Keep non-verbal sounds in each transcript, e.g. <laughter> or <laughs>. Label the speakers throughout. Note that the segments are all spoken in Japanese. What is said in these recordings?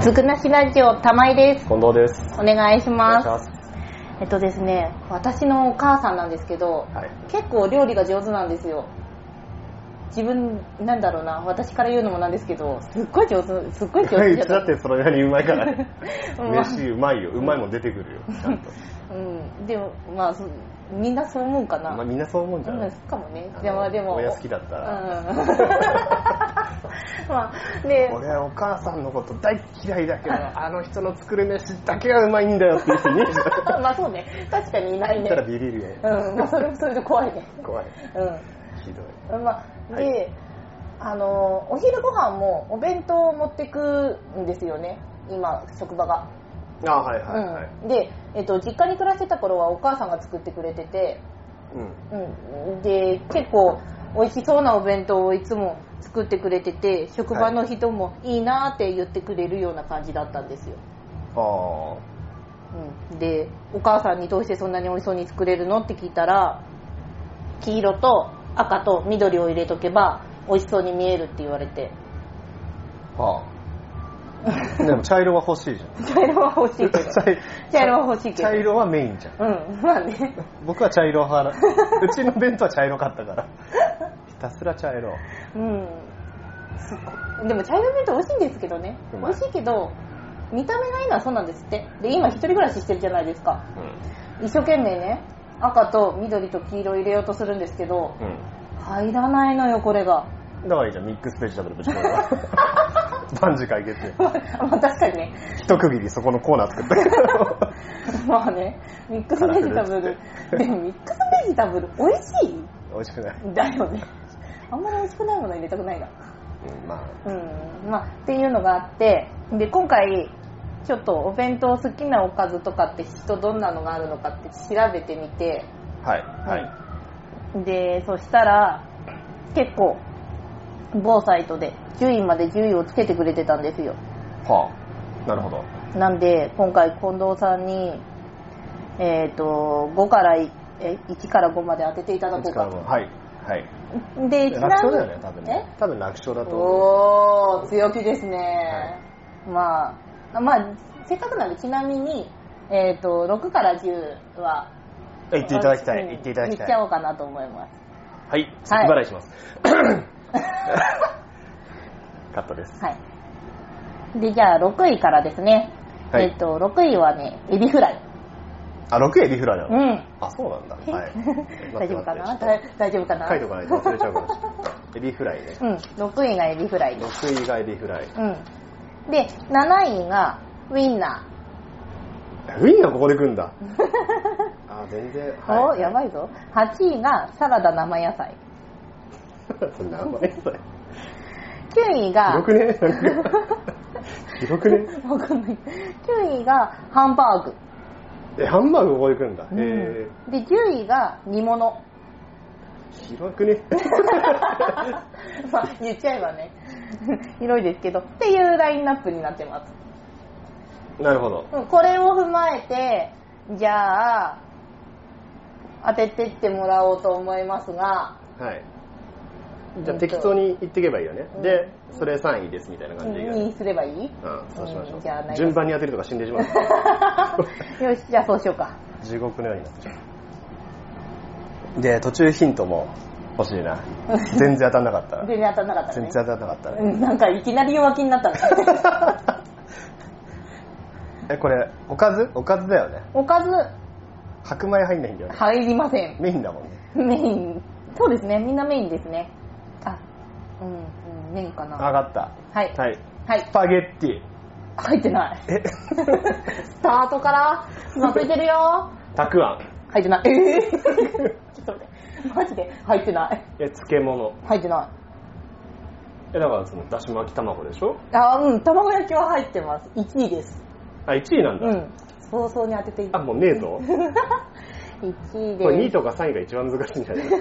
Speaker 1: ずくなしラジオ玉井です
Speaker 2: 近藤です。
Speaker 1: お願いし
Speaker 2: お願
Speaker 1: ま
Speaker 2: い
Speaker 1: す
Speaker 2: します。
Speaker 1: えっとですね私のお母さんなんですけど
Speaker 2: はい。
Speaker 1: 結構料理が上手なんですよ自分なんだろうな私から言うのもなんですけどすっごい上手すっごい上手
Speaker 2: うちだってそれなりにうまいからね。
Speaker 1: うん
Speaker 2: 飯うまいよ。うまいもん出てくるよ。ちゃんと。
Speaker 1: うんでもまあそみんなそう思うかな、
Speaker 2: まあみんなそう思うんじゃ
Speaker 1: う
Speaker 2: なんい
Speaker 1: かもね
Speaker 2: あの
Speaker 1: でもでも
Speaker 2: 親好きだったら
Speaker 1: うん <laughs> まあ
Speaker 2: <laughs>
Speaker 1: ね
Speaker 2: 俺はお母さんのこと大嫌いだけど、あの人の作る飯だけがうまいんだよっていう人いねえじゃん
Speaker 1: まあそうね確かにいない
Speaker 2: 言っ
Speaker 1: ね
Speaker 2: たらビビるよ。
Speaker 1: うんまあそれもそれで怖いね
Speaker 2: 怖い。
Speaker 1: うん
Speaker 2: ひどい。
Speaker 1: まあ、で、
Speaker 2: は
Speaker 1: あのお昼ご飯もお弁当を持ってくんですよね今職場が、
Speaker 2: ああ、はいはいはい。
Speaker 1: うん、で、えっと、実家に暮らしてた頃はお母さんが作ってくれてて、
Speaker 2: うん。
Speaker 1: うん、で結構美味しそうなお弁当をいつも作ってくれてて職場の人もいいなーって言ってくれるような感じだったんですよ、
Speaker 2: あ
Speaker 1: うん、でお母さんにどうしてそんなに美味しそうに作れるのって聞いたら黄色と赤と緑を入れとけば美味しそうに見えるって言われて
Speaker 2: あ。はあ。でも茶色は欲しいじゃん。
Speaker 1: 茶色は欲し <laughs> いけど
Speaker 2: 茶い
Speaker 1: 茶色は欲しいけど
Speaker 2: 茶色はメインじゃん。
Speaker 1: うんまあね
Speaker 2: 僕は茶色派なうちの弁当は茶色かったからひたすら茶色
Speaker 1: うんすっごでも茶色弁当美味しいんですけどね
Speaker 2: う
Speaker 1: 美
Speaker 2: まい
Speaker 1: 味しいけど見た目がいいのはそうなんですってで今一人暮らししてるじゃないですか一生懸命ね赤と緑と黄色入れようとするんですけど
Speaker 2: うん、
Speaker 1: 入らないのよこれが <laughs>
Speaker 2: だからいいじゃんミックスベジタブルぶち込めば万事解決よ
Speaker 1: まあ確かにね <laughs>
Speaker 2: 一区切りそこのコーナー作ったけど
Speaker 1: まあね、ミックスベジタブル。でもミックスベジタブル、美味し
Speaker 2: 美味しくない、
Speaker 1: いだよね。あんまり美味しくないもの入れたくないな。
Speaker 2: うん、ま
Speaker 1: うん。まあ、っていうのがあって、で、今回、ちょっとお弁当好きなおかずとかって人どんなのがあるのかって調べてみて、
Speaker 2: あはいはい
Speaker 1: で、そしたら、結構、某サイトで10位まで10位をつけてくれてたんですよ。
Speaker 2: はあなるほど
Speaker 1: なんで、今回近藤さんに、えっ、と、5からい、え1から5まで当てていただこうかと。
Speaker 2: はいはい
Speaker 1: で、
Speaker 2: 楽勝だよね多分ね多分楽勝だ
Speaker 1: え
Speaker 2: と思う
Speaker 1: おー、強気ですね。まあ、まあ、せっかくなんで、ちなみに、えっ、と、6から10は、
Speaker 2: 言っていただきた
Speaker 1: う
Speaker 2: い
Speaker 1: ん
Speaker 2: 言っていただきたい
Speaker 1: 言っちゃおうかなと思います。
Speaker 2: はい先払いします、カットです
Speaker 1: はい。で、じゃあ、6位からですね。
Speaker 2: は
Speaker 1: え
Speaker 2: い
Speaker 1: っ、と、6位はね、エビフライ。
Speaker 2: あ6エビフライな
Speaker 1: う
Speaker 2: の、
Speaker 1: <laughs> ん。
Speaker 2: あそうなんだはい
Speaker 1: <laughs> 大丈夫かな
Speaker 2: 待って待って
Speaker 1: だ大丈夫かな
Speaker 2: 書いておかないと忘れちゃう
Speaker 1: <laughs>
Speaker 2: かもしれないエビフライね
Speaker 1: うん、6位がエビフライです。
Speaker 2: 6位がエビフライ
Speaker 1: うん。で、7位がウインナ
Speaker 2: ウインナーここで来
Speaker 1: <laughs>
Speaker 2: るんだあー全然
Speaker 1: ー。おやばいぞ。8位がサラダ生野菜。
Speaker 2: それ何枚それ
Speaker 1: 9位が、
Speaker 2: 広く
Speaker 1: <laughs>
Speaker 2: ねなんか広くね
Speaker 1: わかんない。9位がハンバーグ。
Speaker 2: えハンバーグここで来るんだ、
Speaker 1: うん
Speaker 2: え
Speaker 1: で、10位が煮物。 <laughs>
Speaker 2: ー、広くね
Speaker 1: まあ、言っちゃえばね。 <laughs> 広いですけど。っていうラインナップになってます。
Speaker 2: なるほど
Speaker 1: うんこれを踏まえて、じゃあ、当ててってもらおうと思いますが、
Speaker 2: はいじゃあ適当に言っていけばいいよね、
Speaker 1: うん
Speaker 2: でそれ3位ですみたいな感じでいいよね
Speaker 1: にすればいい
Speaker 2: うん、そうしましょ
Speaker 1: うんじゃあ
Speaker 2: う順番に当てるとか死んでしま
Speaker 1: <laughs>
Speaker 2: う
Speaker 1: よし、じゃあそうしようか。
Speaker 2: 地獄のようになっちゃうで途中ヒントも欲し
Speaker 1: <laughs>
Speaker 2: いな全然当たんなかったら
Speaker 1: 全然当たんなかった
Speaker 2: 全
Speaker 1: ね
Speaker 2: 然。当たんなかったら
Speaker 1: うんなんかいきなり弱気になったね。
Speaker 2: <laughs>
Speaker 1: <laughs>
Speaker 2: えこれおかずおかずだよね
Speaker 1: おかず
Speaker 2: 白米入んないんだよね
Speaker 1: 入りません。
Speaker 2: メインだもんね
Speaker 1: メイン。そうですね、みんなメインですね。あ、うん、うん、メインか
Speaker 2: 分
Speaker 1: な。
Speaker 2: かった
Speaker 1: はい。はい。
Speaker 2: はいスパゲ
Speaker 1: <laughs>
Speaker 2: ッテ
Speaker 1: 入って
Speaker 2: <laughs>
Speaker 1: ない。
Speaker 2: ィえ
Speaker 1: スタートから、つまずいてるよ。
Speaker 2: たくあん
Speaker 1: 入
Speaker 2: <laughs>
Speaker 1: ってない。えぇ、ちょっと待って。マジで入ってない。
Speaker 2: え漬物
Speaker 1: 入ってな
Speaker 2: えだからそのだし巻き卵でしょ
Speaker 1: い。あ、うん、卵焼きは入ってます。1位です。
Speaker 2: あ1位なんだ、
Speaker 1: うん。早々に当ててい <laughs>
Speaker 2: あもうねえぞ
Speaker 1: 1位
Speaker 2: これ2位
Speaker 1: で
Speaker 2: とか3位が一番難しいんじ
Speaker 1: <laughs>
Speaker 2: ゃない
Speaker 1: す。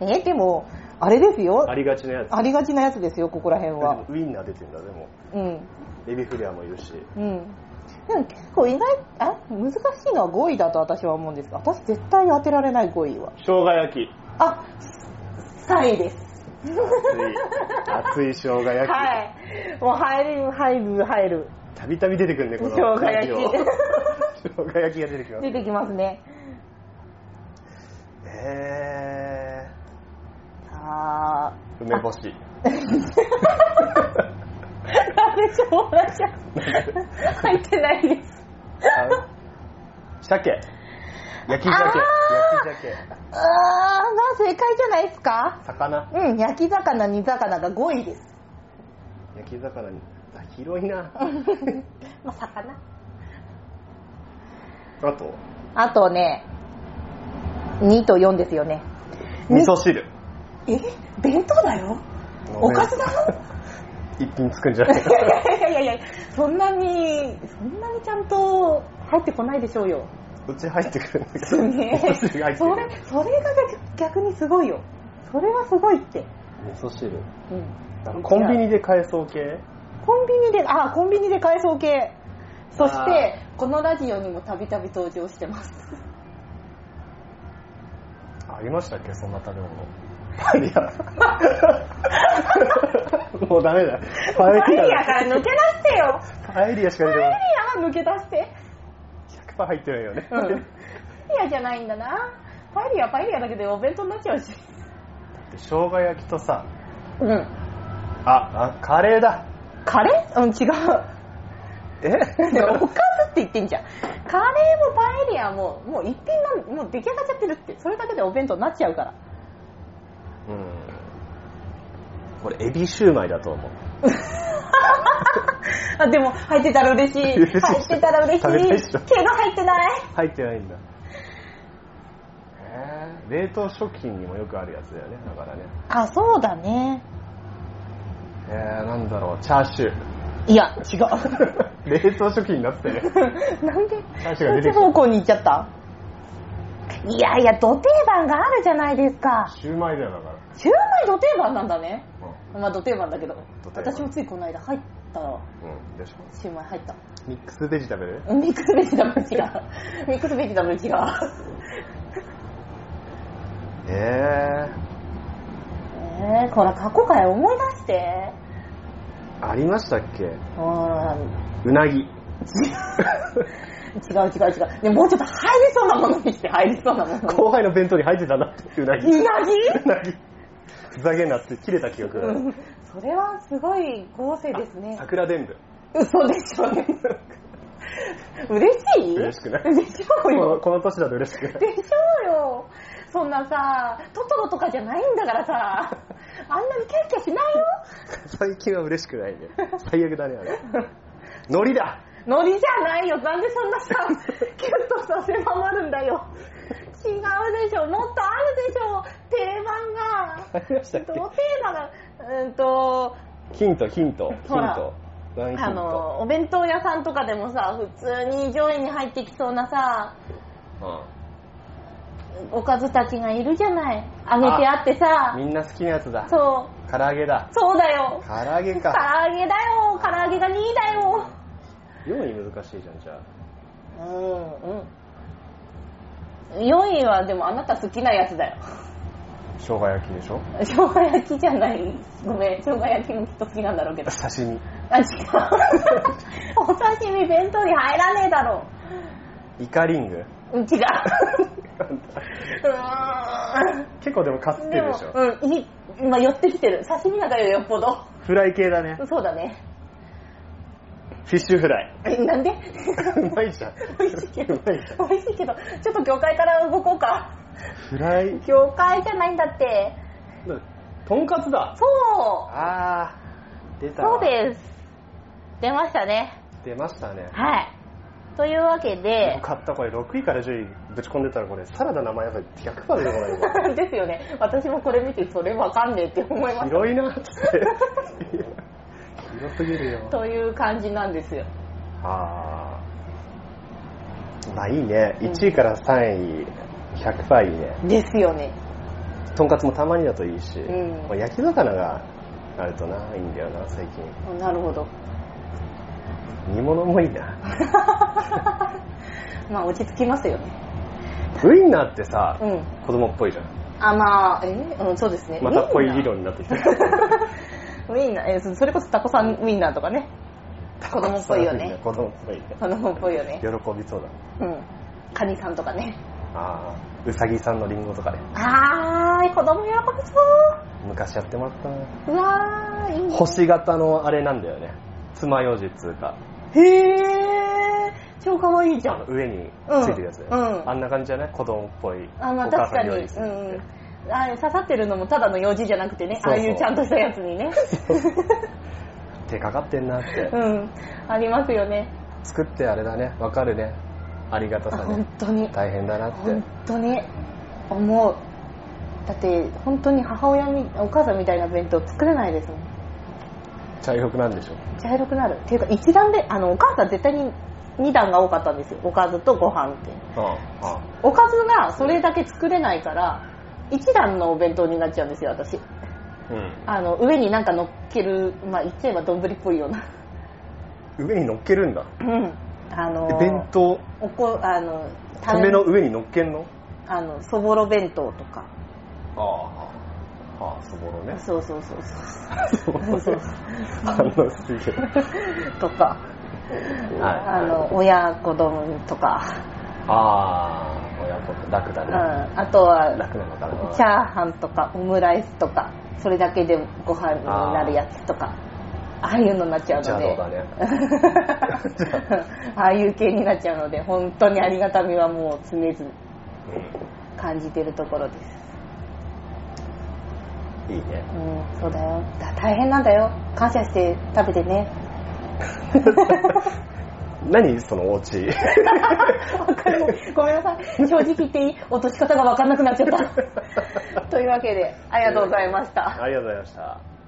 Speaker 1: えでも、あれですよ
Speaker 2: あ。りがちなやつ
Speaker 1: ありがちなやつですよ、ここら辺
Speaker 2: で
Speaker 1: は
Speaker 2: も。ウインナー出てんだでも
Speaker 1: うん。
Speaker 2: エビフリアもいるし
Speaker 1: うん。でも結構意外、あ難しいのは5位だと私は思うんですが、私絶対当てられない5位は。
Speaker 2: 生姜焼き
Speaker 1: あ、3位です。
Speaker 2: 熱い熱い生姜焼き、
Speaker 1: はい。もう入る、入る、入る。
Speaker 2: たびたび出てくるね、この
Speaker 1: 生姜焼き
Speaker 2: ラジオ生姜焼きが出
Speaker 1: <laughs>
Speaker 2: てきます
Speaker 1: 出。てきますね
Speaker 2: へ
Speaker 1: あ
Speaker 2: ー。梅干し。
Speaker 1: ーダメしょうがないじゃん入ってないです
Speaker 2: あ鮭。
Speaker 1: あー
Speaker 2: 焼き鮭。焼き鮭。
Speaker 1: あーまあ正解じゃないですか
Speaker 2: 魚。
Speaker 1: うん焼き魚煮魚が5位
Speaker 2: <laughs>
Speaker 1: です
Speaker 2: 焼き魚に。あ、広いな。
Speaker 1: まあ魚
Speaker 2: あと、
Speaker 1: あとね2と4ですよね
Speaker 2: 味噌汁。
Speaker 1: え弁当だよおかずだよ
Speaker 2: 一品つくんじゃない
Speaker 1: いや <laughs> いやいやいやいやそんなにそんなにちゃんと入ってこないでしょう <laughs> よ
Speaker 2: うち入ってくるんだけ
Speaker 1: そ
Speaker 2: ど。
Speaker 1: れ
Speaker 2: 味噌汁が入って
Speaker 1: そ
Speaker 2: く
Speaker 1: れ
Speaker 2: る。
Speaker 1: が逆にすごいよそれはすごいって、
Speaker 2: 味噌汁。
Speaker 1: うん、
Speaker 2: コンビニで買えそう系
Speaker 1: コンビニであコンビニで改装系そし
Speaker 2: あ
Speaker 1: てこのラジオにもたびたび登場してます
Speaker 2: ありましたっけそんな食べ物。いや。 <laughs> もうダメだ。パ
Speaker 1: パ
Speaker 2: エ
Speaker 1: エ
Speaker 2: リア
Speaker 1: リア
Speaker 2: だ。
Speaker 1: から抜け出してよ
Speaker 2: パエリアしか
Speaker 1: パエリ
Speaker 2: 出てこない。
Speaker 1: アは抜け出して
Speaker 2: 100%入ってないよね。
Speaker 1: うん <laughs> パエリアじゃないんだなパエリアはパエリアだけでお弁当になっちゃうし
Speaker 2: 生姜焼きとさ、
Speaker 1: うん
Speaker 2: あ、あ、カレーだ。
Speaker 1: カレーうん違 <laughs> うお
Speaker 2: え
Speaker 1: かずって言ってんじゃんカレーもパエリアももう一品なんもう出来上がっちゃってるってそれだけでお弁当になっちゃうから
Speaker 2: うん。これ、エビシューマイだと思う。
Speaker 1: <laughs> あでも入ってたら嬉しい
Speaker 2: 嬉し
Speaker 1: <laughs>
Speaker 2: い
Speaker 1: 入ってたら嬉
Speaker 2: 食べたいっ
Speaker 1: しい
Speaker 2: し
Speaker 1: け
Speaker 2: ょ
Speaker 1: ど入ってない
Speaker 2: 入ってないんだ。えー冷凍食品にもよくあるやつだよね、だからね。
Speaker 1: あそうだね
Speaker 2: えー、なんだろう、チャーシュー。
Speaker 1: いや <laughs> 違う
Speaker 2: <laughs> 冷凍食品になってたよね。
Speaker 1: なんで
Speaker 2: 話が
Speaker 1: そ
Speaker 2: 出
Speaker 1: ってち
Speaker 2: きた
Speaker 1: 方向に行っちゃったいやいや土定番があるじゃないですか
Speaker 2: シューマイだよ、だから。
Speaker 1: シューマイ土定番なんだね
Speaker 2: う
Speaker 1: まあ土定番だけど
Speaker 2: 土定番
Speaker 1: 私もついこの間入ったら
Speaker 2: ん。うん、でしょ。
Speaker 1: シューマイ入った
Speaker 2: ミックスベジタブル
Speaker 1: ミックスベジタブル違
Speaker 2: <laughs>
Speaker 1: うミックスベジタブル違う
Speaker 2: え
Speaker 1: えー、こら過去回思い出して
Speaker 2: ー、ありましたっけ
Speaker 1: うーん
Speaker 2: うなぎ。
Speaker 1: 違う違う違うでももうちょっと入りそうなものにして入りそうなもの
Speaker 2: <laughs> 後輩の弁当に入ってたなって、うなぎ。
Speaker 1: うなぎ
Speaker 2: うなぎ。ふざけんなって切れた記憶がある。
Speaker 1: うんそれはすごい豪勢ですね
Speaker 2: 桜伝武。
Speaker 1: 嘘でしょね
Speaker 2: <laughs>
Speaker 1: 嬉しい
Speaker 2: 嬉しくない
Speaker 1: でしょ
Speaker 2: こ
Speaker 1: う
Speaker 2: の
Speaker 1: よ
Speaker 2: この年だと嬉しくない。
Speaker 1: <laughs> でしょうよそんなさトトロとかじゃないんだからさあんなにキャッキャしないよ
Speaker 2: 最近は嬉しくないね。最悪だね、あれ。海苔だ
Speaker 1: ノリじゃないよなんでそんな
Speaker 2: <laughs>
Speaker 1: さキュッとさ狭まるんだよ違うでしょもっとあるでしょ定番が
Speaker 2: ありましたっ
Speaker 1: どのテーマがうーんと
Speaker 2: けヒント、ヒント、ヒ
Speaker 1: ほ
Speaker 2: ン
Speaker 1: ら
Speaker 2: ト。ワンヒ
Speaker 1: あ
Speaker 2: ント。
Speaker 1: のお弁当屋さんとかでもさ普通に上位に入ってきそうなさおかずたちがいるじゃない揚げてあって
Speaker 2: うん
Speaker 1: さ
Speaker 2: みんな好きなやつだ。
Speaker 1: そ
Speaker 2: 唐揚げだ
Speaker 1: う。そうだよ
Speaker 2: 唐揚げ
Speaker 1: 唐
Speaker 2: か。
Speaker 1: 揚げだよ唐揚げが2位だよ
Speaker 2: 4位難しいじゃん、じゃあ。
Speaker 1: うんうん4位はでもあなた好きなやつだよ <laughs>
Speaker 2: 生姜焼きでしょ
Speaker 1: 生姜焼きじゃないごめん生姜焼きもきっと好きなんだろうけど
Speaker 2: 刺身。
Speaker 1: あ
Speaker 2: <laughs>
Speaker 1: 違うお刺身弁当に入らねえだろ
Speaker 2: イカリング。
Speaker 1: う違ううー
Speaker 2: <laughs> 結構でもかすっ
Speaker 1: ん
Speaker 2: て
Speaker 1: で
Speaker 2: るで
Speaker 1: も
Speaker 2: しょ。
Speaker 1: うんいい今寄ってきてる刺身なんかよりよっぽど
Speaker 2: フライ系だね。
Speaker 1: そうだ
Speaker 2: <laughs>
Speaker 1: ね
Speaker 2: フィッシュフライ。
Speaker 1: <laughs> えなんで
Speaker 2: うまいじゃん。
Speaker 1: <laughs> 美味しいけど
Speaker 2: うまいじゃん。
Speaker 1: 美味しいけどちょっと魚介から動こうか
Speaker 2: フライ。
Speaker 1: 魚介じゃないんだって
Speaker 2: とんかつだ。
Speaker 1: そう
Speaker 2: あー、出た。
Speaker 1: そうです出ましたね
Speaker 2: 出ましたね。
Speaker 1: はいというわけ
Speaker 2: よ
Speaker 1: で
Speaker 2: かった、これ6位から10位ぶち込んでたらこれ、サラダ生野菜100%出てこな
Speaker 1: <laughs>
Speaker 2: いよ。
Speaker 1: <laughs> ですよね私もこれ見てそれわかんねえって思いました
Speaker 2: 広いなっつって。 <laughs> 広すぎるよ。
Speaker 1: <laughs> という感じなんですよ
Speaker 2: あー。まあいいね。1位から3位、100%いいね。
Speaker 1: ですよね
Speaker 2: とんかつもたまにだといいし、
Speaker 1: うん
Speaker 2: これ焼き魚があるとな、いいんだよな、最近。
Speaker 1: なるほど <laughs>
Speaker 2: 煮物もいいな。 <laughs>
Speaker 1: まあ落ち着きますよね
Speaker 2: ウインナーってさ、
Speaker 1: うん
Speaker 2: 子供っぽいじゃん。
Speaker 1: あまあえーうんそうですね
Speaker 2: またこういう
Speaker 1: ウイ
Speaker 2: 議
Speaker 1: ンナー <laughs>
Speaker 2: 論になってきた。
Speaker 1: ウインナーえーそそれこそタコさんウインナーとかね
Speaker 2: った
Speaker 1: 子供っぽい
Speaker 2: <laughs>
Speaker 1: よね
Speaker 2: 子供っぽいね
Speaker 1: 子供っぽいよね
Speaker 2: 喜びそうだ
Speaker 1: うんカニさんとかね
Speaker 2: ああうさぎさんのリンゴとかね
Speaker 1: あー子供喜びそ
Speaker 2: 昔やってもらったな
Speaker 1: ううわーいいね
Speaker 2: 星型のあれなんだよね爪楊枝っつうか
Speaker 1: へえ超かわいいじゃ
Speaker 2: あの
Speaker 1: ん
Speaker 2: 上についてるやつだよね、
Speaker 1: うんうん
Speaker 2: あんな感じじゃない子供っぽい
Speaker 1: あまあ
Speaker 2: お母
Speaker 1: 確
Speaker 2: さ
Speaker 1: かに
Speaker 2: ん料
Speaker 1: うん
Speaker 2: 理するって、
Speaker 1: うんあ刺さってるのもただの用事じゃなくてね
Speaker 2: そ
Speaker 1: あ
Speaker 2: うそう
Speaker 1: あいうちゃんとしたやつに
Speaker 2: <laughs>
Speaker 1: ね
Speaker 2: 手かかってんなって、
Speaker 1: うんありますよね
Speaker 2: 作ってあれだねわかるねありがた
Speaker 1: あ
Speaker 2: さ
Speaker 1: <laughs> 本
Speaker 2: ね
Speaker 1: 当に
Speaker 2: 大変だなって
Speaker 1: 本当に思うだって本当に母親みお母さんみたいな弁当作れないですもん
Speaker 2: 茶色くなんでしょ
Speaker 1: 茶色くなるっていうか一段であのお母さん絶対に2段が多かったんですよおかずとご飯って
Speaker 2: ああ
Speaker 1: おかずがそれだけ作れないから1段のお弁当になっちゃうんですよ私
Speaker 2: うん
Speaker 1: あの上になんか乗っけるまあ言っちゃえば丼っぽいような
Speaker 2: 上に乗っけるんだ
Speaker 1: うんあの
Speaker 2: え弁当
Speaker 1: おこあの
Speaker 2: ための上に乗っけんの
Speaker 1: あのそぼろ弁当とか
Speaker 2: ああああそぼろね
Speaker 1: そうそうそうそう
Speaker 2: そ
Speaker 1: <laughs>
Speaker 2: う
Speaker 1: そう
Speaker 2: 反応すげ
Speaker 1: とか、
Speaker 2: え
Speaker 1: あの親子丼とか、
Speaker 2: ああ親子って楽だ
Speaker 1: うん、
Speaker 2: ね
Speaker 1: あとは
Speaker 2: 楽なのかな
Speaker 1: チャーハンとかオムライスとかそれだけでご飯になるやつとかああいうのになっちゃう
Speaker 2: 邪
Speaker 1: の
Speaker 2: 道
Speaker 1: で
Speaker 2: だね
Speaker 1: <laughs> ああいう系になっちゃうので本当にありがたみはもう常々感じてるところです、
Speaker 2: うんいいね
Speaker 1: うん、そうだよだ大変なんだよ感謝して食べて
Speaker 2: <laughs>
Speaker 1: ね
Speaker 2: 何そのお家
Speaker 1: わかんないごめんなさい正直言っていい落と
Speaker 2: <laughs>
Speaker 1: し方が分かんなくなっちゃったというわけでありがとうございました
Speaker 2: <laughs> ありがとうございました